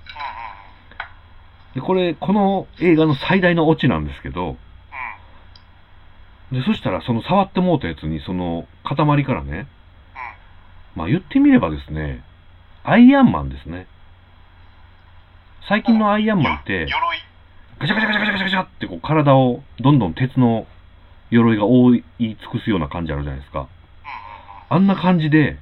S1: で、これ、この映画の最大のオチなんですけど、
S2: うん
S1: で、そしたらその触ってもうたやつにその塊からね、
S2: うん
S1: まあ言ってみればですね、アイアンマンですね。最近のアイアンマンって、
S2: 鎧。
S1: ガチャガチャガチャガチャガチャガチャってこう体をどんどん鉄の鎧が覆い尽くすような感じあるじゃないですか。
S2: うんうんうん。
S1: あんな感じで、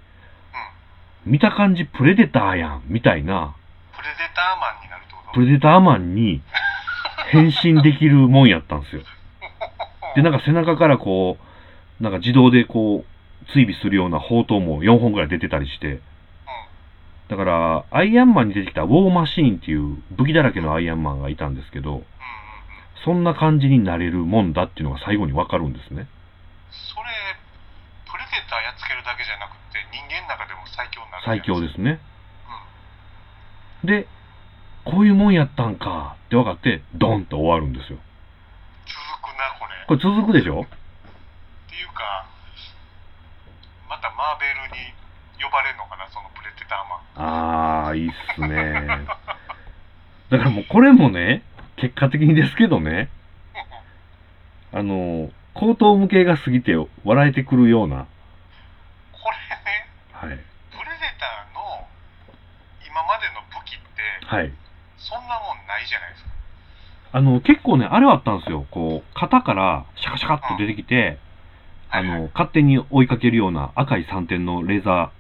S1: 見た感じプレデターやん、みたいな、
S2: プレデターマンになるってこと
S1: プレデターマンに変身できるもんやったんですよ。で、なんか背中からこう、なんか自動でこう、追尾するような砲塔も4本ぐらい出てたりして、だから、アイアンマンに出てきたウォーマシーンっていう武器だらけのアイアンマンがいたんですけど、
S2: うんうんうんうん。
S1: そんな感じになれるもんだっていうのが最後にわかるんですね。
S2: それ、プレデターやっつけるだけじゃなくて、人間の中でも最強になる。。
S1: 最強ですすね。
S2: うん。
S1: で、こういうもんやったんかって分かって、ドンと終わるんですよ。
S2: 続くな、これ。
S1: これ続くでしょ
S2: っていうか、またマーベルに呼ばれるのかな、そのプレデターマン。
S1: あー、いいっすね。 だからもうこれもね、結果的にですけどね、あの、口頭無形が過ぎて笑えてくるような、
S2: これね、
S1: はい。
S2: プレデターの今までの武器って、
S1: はい。
S2: そんなもんないじゃないですか。
S1: あの、結構ね、あれはあったんですよ。こう、型からシャカシャカっと出てきて、あ
S2: はいはい、
S1: の、勝手に追いかけるような赤い3点のレーザー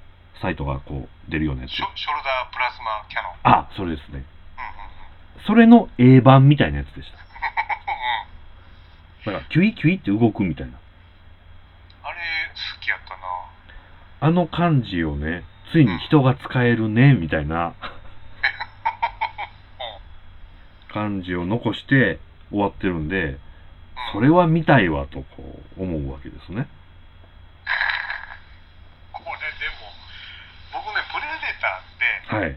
S1: サイトがこう、出るようなやつ。
S2: ショショルダープラズマキャノン。
S1: あ、それですね。
S2: うんうんうん。
S1: それの A 版みたいなやつでした。
S2: うん
S1: だから、キュイキュイって動くみたいな。
S2: あれ好きやったな
S1: あの感じをね、ついに人が使えるね、みたいな感じを残して終わってるんで、それは見たいわとこう思うわけですね。
S2: これでも僕ねプレデター
S1: は
S2: って
S1: い。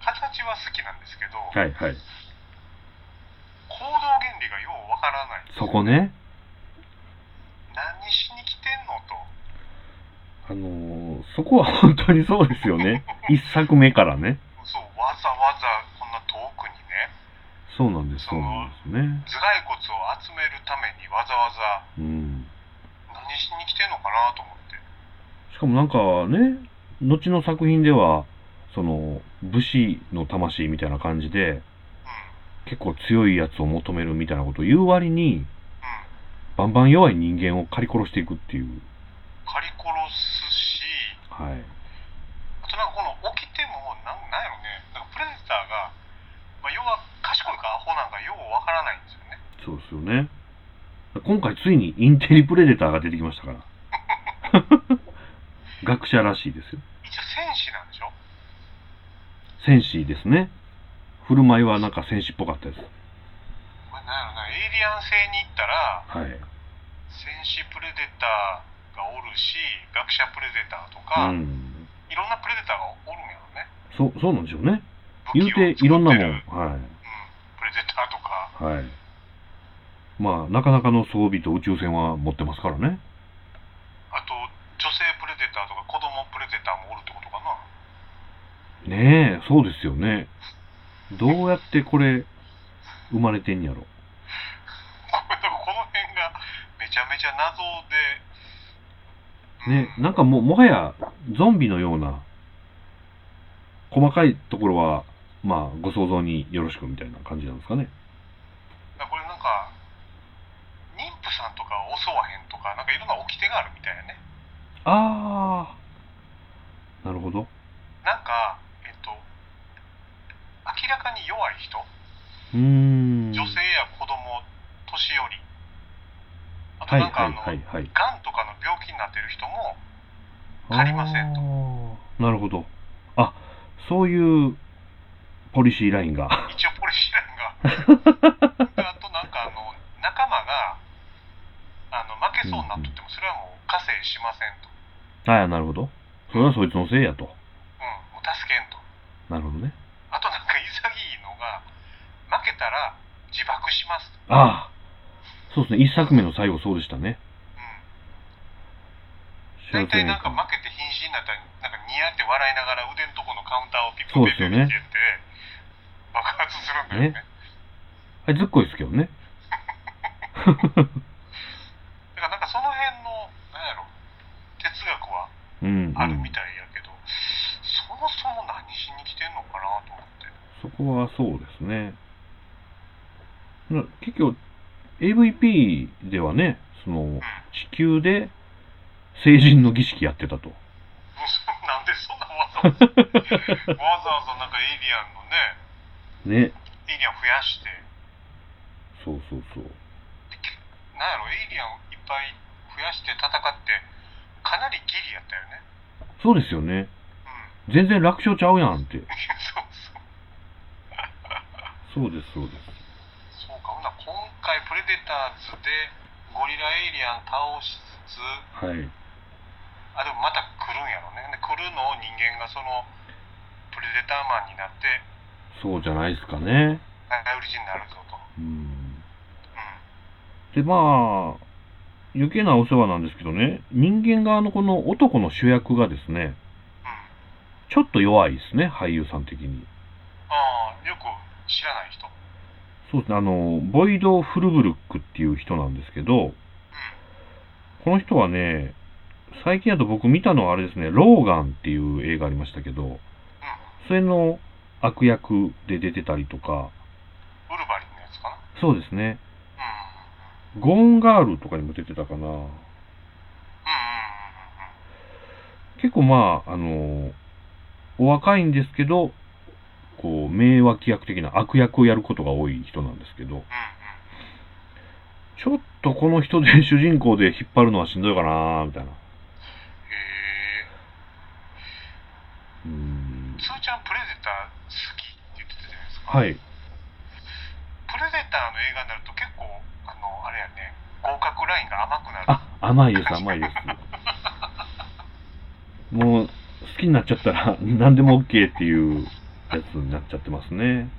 S2: 形は好きなんですけど、
S1: はいはい。
S2: 行動原理がようわからないんです
S1: そ
S2: よ
S1: こね、
S2: 何しに来てんの
S1: あ
S2: と
S1: のーそこは本当にそうですよね。一作目からね。
S2: そうわざわざこんな遠くにね
S1: そうなんです、そうなんですね。
S2: 頭蓋骨を集めるためにわざわざ
S1: うん。
S2: 何しに来てんのかなと思って
S1: しかもなんかね、後の作品では、その、武士の魂みたいな感じで、
S2: う
S1: 結構強いやつを求めるみたいなことを言う割に、
S2: んうん
S1: バンバン弱い人間を狩り殺していくっていう。
S2: 狩り殺すし
S1: はい。
S2: あとなんかこの起きてもなんなんやろねなんかプレデターが、まあ、要は賢いかアホなんかようわからないんですよね
S1: そうですよね。今回ついにインテリプレデターが出てきましたから。 学者らしいですよ。
S2: 一応戦士なんでしょ
S1: 戦士ですね。振る舞いはなんか戦士っぽかったです。
S2: これなんやろなエイリアン星に行ったら
S1: はい。
S2: 戦士プレデターがおるし学者プレデターと
S1: う
S2: か、
S1: ん。
S2: いろんなプレデターがおるんやろね
S1: そう、そうなんでしょうね。
S2: 武
S1: 言
S2: 器
S1: う
S2: を作ってて
S1: いろんなもん。
S2: る
S1: は
S2: プレデターとか
S1: い。はい。まあ、なかなかの装備と宇宙船は持ってますからね。
S2: あと女性プレデターとか子供プレデターもおるってことかな
S1: ねえ、そうですよね。どうやってこれ、生まれてんやろ。
S2: これだからこの辺がめちゃめちゃ謎で
S1: ね、
S2: うん
S1: なんかもう、もはや、ゾンビのような、細かいところは、まあ、ご想像によろしくみたいな感じなんですかね。
S2: だからこれなんか妊婦さんとか襲わへんとかなんかいろんな掟があるみたいやね
S1: あー。なるほど。
S2: なんかえっと明らかに弱い人
S1: うーん。
S2: 女性や子供年寄りあと
S1: はい
S2: なんか
S1: は
S2: あ
S1: い
S2: の、
S1: はいはい。
S2: がんとかの病気になってる人も借りませんと
S1: あーなるほど。あ、そういう、ポリシーラインが。
S2: 一応ポリシー ラインがであとなんかあの仲間があの負けそうになっとってもそれはもう加勢しませんと、
S1: ああ、なるほど。それはそいつのせいやと。
S2: うん、もう助けんと
S1: なるほどね。
S2: あとなんか潔いのが負けたら自爆しますと、
S1: ああ。そうですね。一作目の最後そうでしたね。
S2: う
S1: 幸せ
S2: ん、大体
S1: に
S2: なんか負けて瀕死になったらなんかニヤって笑いながら腕のとこのカウンターをピッ
S1: そう
S2: ポ
S1: です
S2: ピ
S1: よ
S2: ッ
S1: ね
S2: ピッピッって爆発するんだよね
S1: あれずっこいですけどね。
S2: だからなんかその辺のなんやろ哲学は
S1: うん、うん。
S2: あるみたいやけど、そもそも何しに来てんのかなと思って
S1: そこはそうですね。な結局、AVP ではね、その、地球で成人の儀式やってたと。
S2: もうそなんでそんなわざわざわざわざなんかエイリアンのね
S1: ね。
S2: エイリアン増やして
S1: そうそうそう。
S2: なんやろエイリアンいっぱい増やして戦ってかなりギリやったよね
S1: そうですよね。
S2: うん
S1: 全然楽勝ちゃうやんって。
S2: そうそう
S1: そうです、そうです。
S2: そうかほんなら今回プレデターズでゴリラエイリアン倒しつつ
S1: はい。
S2: あでもまた来るんやろねで来るのを人間がそのプレデターマンになって
S1: そうじゃないですかね。
S2: 頼り人になるぞと、う
S1: うん。
S2: ん、
S1: で、まあ、余計なお世話なんですけどね、人間側のこの男の主役がですね、
S2: うん
S1: ちょっと弱いですね、俳優さん的に。
S2: ああよく知らない人うん
S1: そうですね、あの、ボイド・フルブルックっていう人なんですけど、この人はね、最近だと僕見たのはあれですね、ローガンっていう映画ありましたけど、
S2: う
S1: それの悪役で出てたりとか、
S2: んウルバリンのやつかな
S1: そうですね、
S2: うん
S1: ゴーンガールとかにも出てたかな。
S2: うんうんうんうんうん
S1: 結構まあ、あの、お若いんですけど、こう、名脇役的な悪役をやることが多い人なんですけど、
S2: うん
S1: ちょっとこの人で主人公で引っ張るのはしんどいかなみたいな。
S2: うんへえ
S1: うーん。
S2: つーちゃんプレデター好きって言ってたじゃないですか
S1: はい。
S2: プレデターの映画になると結構あのあれやね合格ラインが甘くなる
S1: あ、甘いです、甘いです。もう、好きになっちゃったら何でも OK っていうやつになっちゃってますね。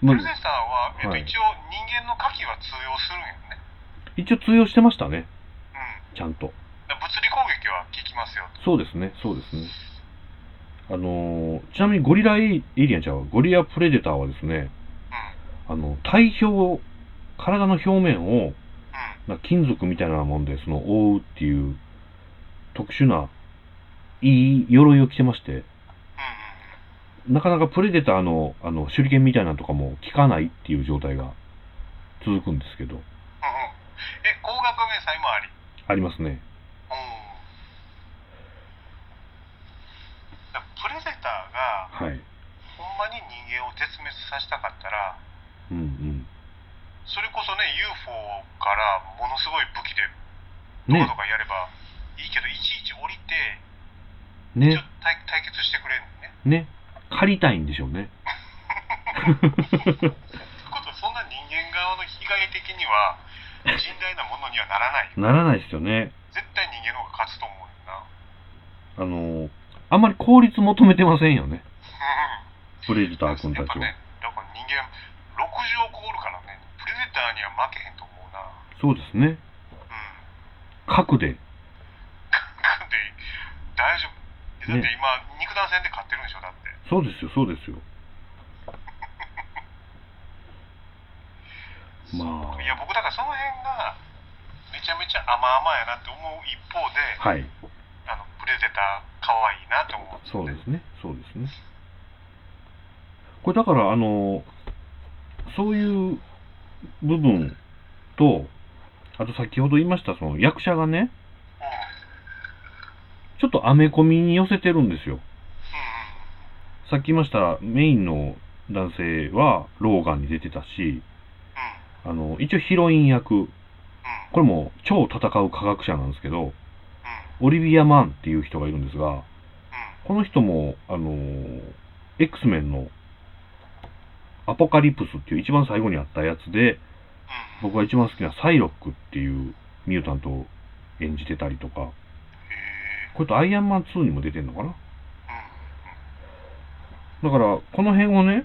S1: ま
S2: プ
S1: あ
S2: レデターは、えっと、
S1: はい
S2: 一応人間の火器は通用するんやね
S1: 一応通用してましたね、
S2: うん
S1: ちゃんと。
S2: だから物理攻撃は効きますよと
S1: そうですね、そうですね。あのーちなみにゴリラエイエイリアンちゃんは、ゴリラプレデターはですね、
S2: うんう
S1: あの、体表を、体の表面を、
S2: ん
S1: なんか金属みたいなもんで、その、覆うっていう、特殊な、いい鎧を着てまして、
S2: うんうん
S1: なかなかプレデターの、あの、手裏剣みたいなのとかも効かないっていう状態が続くんですけど、
S2: うんうんえ合格明細もあり
S1: ありますね。
S2: うんプレデタ
S1: は
S2: ーが
S1: い。
S2: ほんまに人間を絶滅させたかったら
S1: うんうん。
S2: それこそね UFO からものすごい武器で
S1: ね
S2: どうと、かやればいいけど、いちいち降りてち
S1: ね、
S2: ょっと対対決してくれるのね
S1: ね。借りたいんでしょうね。
S2: ということはそんな人間側の被害的に は甚大なものにはならないよ
S1: ならないですよね。
S2: 絶対人間の方が勝つと思う
S1: あ
S2: よな
S1: のーあんまり効率求めてませんよね。
S2: う
S1: プレデタ
S2: ん
S1: ー君
S2: や
S1: た
S2: っぱ
S1: ちは
S2: ね。だから人間60億おるからねプレデターには負けへんと思うな
S1: そうですね。
S2: うん
S1: 核で。
S2: なんで大丈夫だって
S1: ね
S2: 今、肉弾戦で勝ってるんでしょだって
S1: そうですよ、そうですよ。ま
S2: いや
S1: あ、
S2: 僕だからその辺がめちゃめちゃ甘々やなって思う一方で、
S1: はい。
S2: あのプレデター可愛いなと思
S1: そううんで
S2: よね
S1: すね。そうですね。これだから、あの、そういう部分と、あと先ほど言いました、その役者がね、ちょっとアメコミに寄せてるんですよ。さっき言いました、メインの男性はローガンに出てたし、あの、一応ヒロイン役、これも超戦う科学者なんですけど、オリビア・マンっていう人がいるんですが、この人も、あのー、X メンのアポカリプスっていう一番最後にあったやつで、僕が一番好きなサイロックっていうミュータントを演じてたりとか、これとアイアンマン2にも出てんのかなだから、この辺をね、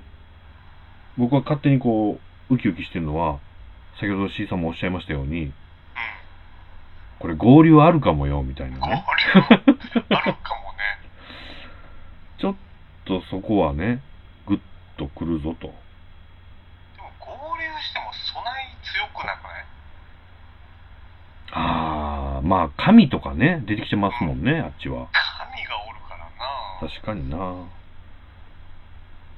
S1: 僕は勝手にこう、ウキウキしてるのは、先ほど C さんもおっしゃいましたように、これ合流あるかもよ、みたいなね。
S2: あるかもね。
S1: ちょっとそこはね、グッとくるぞと。
S2: でも合流しても備え強くなくない
S1: あー、まあ、神とかね、出てきてますもんね、あっちは。
S2: 神がおるからな。
S1: 確かにな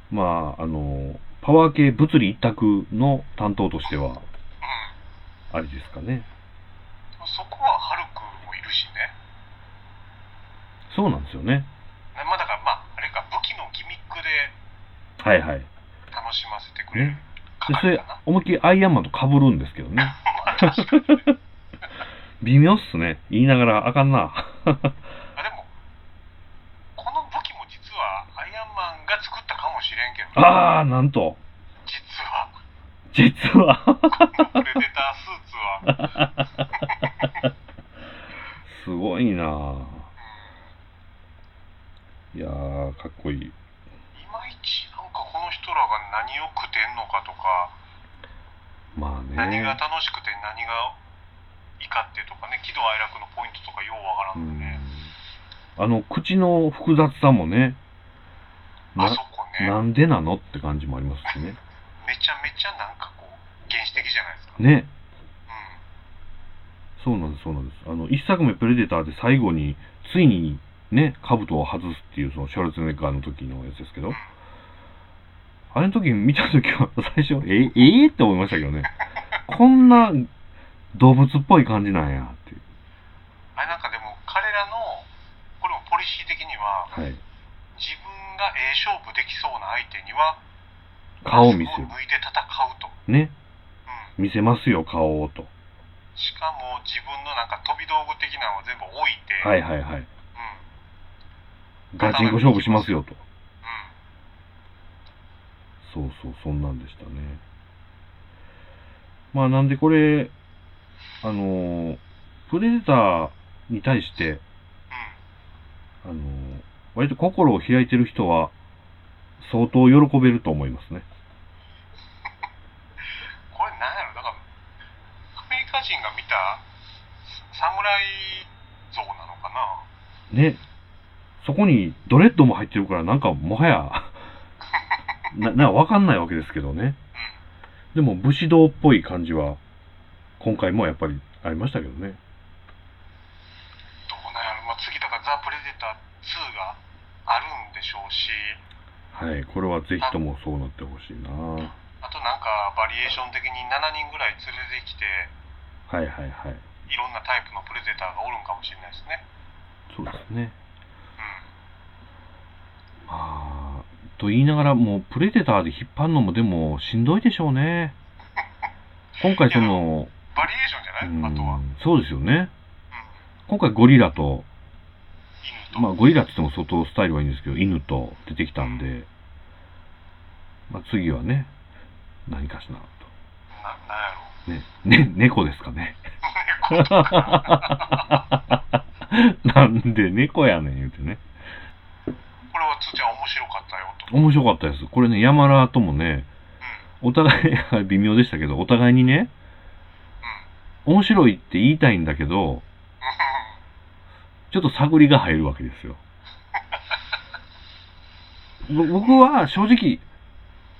S1: まああのパワー系物理一択の担当としては
S2: う
S1: ありですかね
S2: ん、そこはハルクもいるしね。
S1: そうなんですよね
S2: ねまあだからまああれか武器のギミックで
S1: はいはいで
S2: 楽しませてくれる
S1: ねそ
S2: 係
S1: れ
S2: かな。
S1: 思いっきりアイアンマンと被るんですけどね
S2: まあ確かに
S1: 微妙っすね言いながらあかんな
S2: あでもこの武器も実はアイアンマンが作ったかもしれんけど
S1: ああなんと
S2: 実は
S1: 実は
S2: プレデタースーツは
S1: すごいないやーかっこいい
S2: いまいちなんかこの人らが何を食ってんのかとか、
S1: まあ
S2: 何が
S1: ね
S2: 楽しくて何が怒ってとかね喜怒哀楽のポイントとかようわか
S1: う
S2: ら
S1: ん
S2: の
S1: ん
S2: ね、
S1: あの口の複雑さもね
S2: あ
S1: な
S2: そこね
S1: なんでなのって感じもありますしね。
S2: めちゃめちゃなんかこう原始的じゃないですか、
S1: ね。
S2: うん
S1: そうなんです、そうなんです。あの、一作目プレデターで最後に、ついにね、兜を外すっていう、そのショルツェネッガーの時のやつですけど、あれの時見た時は、 最初、え、えーって思いましたけどね。こんな動物っぽい感じなんや、っていう。
S2: あれなんかでも彼らのこれもポリシー的には
S1: はい。
S2: 自分がええ勝負できそうな相手には
S1: 顔を見せ
S2: マスクを脱いで戦うと、
S1: る。ね。
S2: うん、
S1: 見せますよ、顔をと。
S2: しかも自分のなんか飛び道具的なのは全部置いて、
S1: はいはいはい。
S2: うん
S1: ガチンコ勝負しますよ、と。
S2: うん、
S1: そうそう、そんなんでしたね。まあ、なんでこれ、あのープレデターに対して、
S2: うん、
S1: あのー割と心を開いてる人は、相当喜べると思いますね。
S2: これなんやろだからアメリカ人が見た侍像なのかな
S1: ね。そこにドレッドも入ってるから、なんかもはや な、な、わかんないわけですけどね。
S2: う
S1: でも、武士道っぽい感じは、今回もやっぱりありましたけどね。
S2: んどうなんやろ、まあ、次だからザ・プレデター2があるんでしょうし
S1: はい。これはぜひともそうなってほしいなは
S2: あとなんかバリエーション的に7人ぐらい連れてきて
S1: いはいはい。
S2: いろんなタイプのプレデターがおるんかもしれないですね
S1: そうですね。
S2: うん
S1: まあ、と言いながら、もうプレデターで引っ張るのもでもしんどいでしょうね。今回その、
S2: バリエーションじゃない、あとは、う、
S1: うんんそうですよね。今回ゴリラと、
S2: 犬と、
S1: まあゴリラって言っても相当スタイルはいいんですけど、犬と出てきたんで、まあ次はね、何かしら
S2: ななんやろ
S1: と。ね、ね、猫ですかね。
S2: う猫
S1: なんで猫やねん言うてね。
S2: これはつーちゃん面白かったよと、うん、
S1: 面白かったです。これね、山田ともね、お互い、 微妙でしたけど、お互いにね、面白いって言いたいんだけど、ちょっと探りが入るわけですよ。ぼ僕は正直、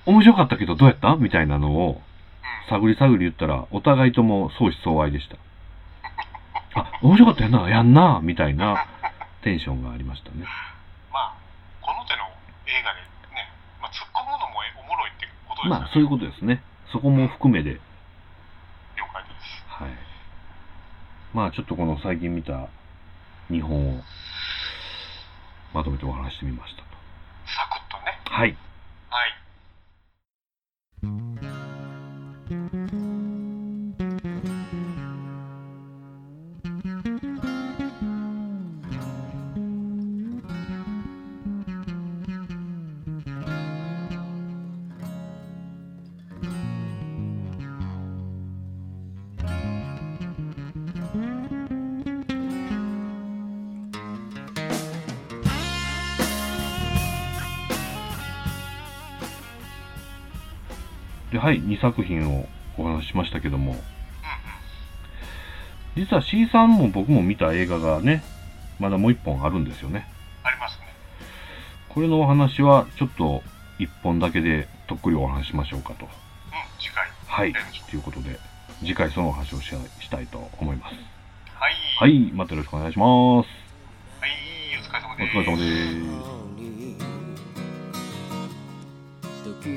S1: 面白かったけどどうやったみたいなのを、探り探り言ったら、お互いとも相思相愛でした。あ、面白かったよな、やんな、みたいなテンションがありましたね。
S2: まあこの手の映画でね、まあ、突っ込むのもえおもろいってことですよね、
S1: まあ、そういうことですね。そこも含めで、
S2: 了解です
S1: はい。まあ、ちょっとこの最近見た日本をまとめてお話ししてみました
S2: サクッとね
S1: と。はい。
S2: はい
S1: で、はい、2作品をお話ししましたけども、実は C さんも僕も見た映画がね、まだもう1本あるんですよね。
S2: ありますね
S1: これのお話は、ちょっと1本だけでとっくりお話ししましょうかと。
S2: うん次回
S1: はい。
S2: やりましょう
S1: ということで、次回そのお話をししたいと思います。
S2: はい
S1: は、い、またよろしくお願いします。
S2: はい、お疲れ様
S1: お
S2: です
S1: 疲れ様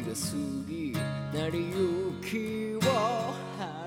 S1: です。
S4: 時が過ぎ成り行きを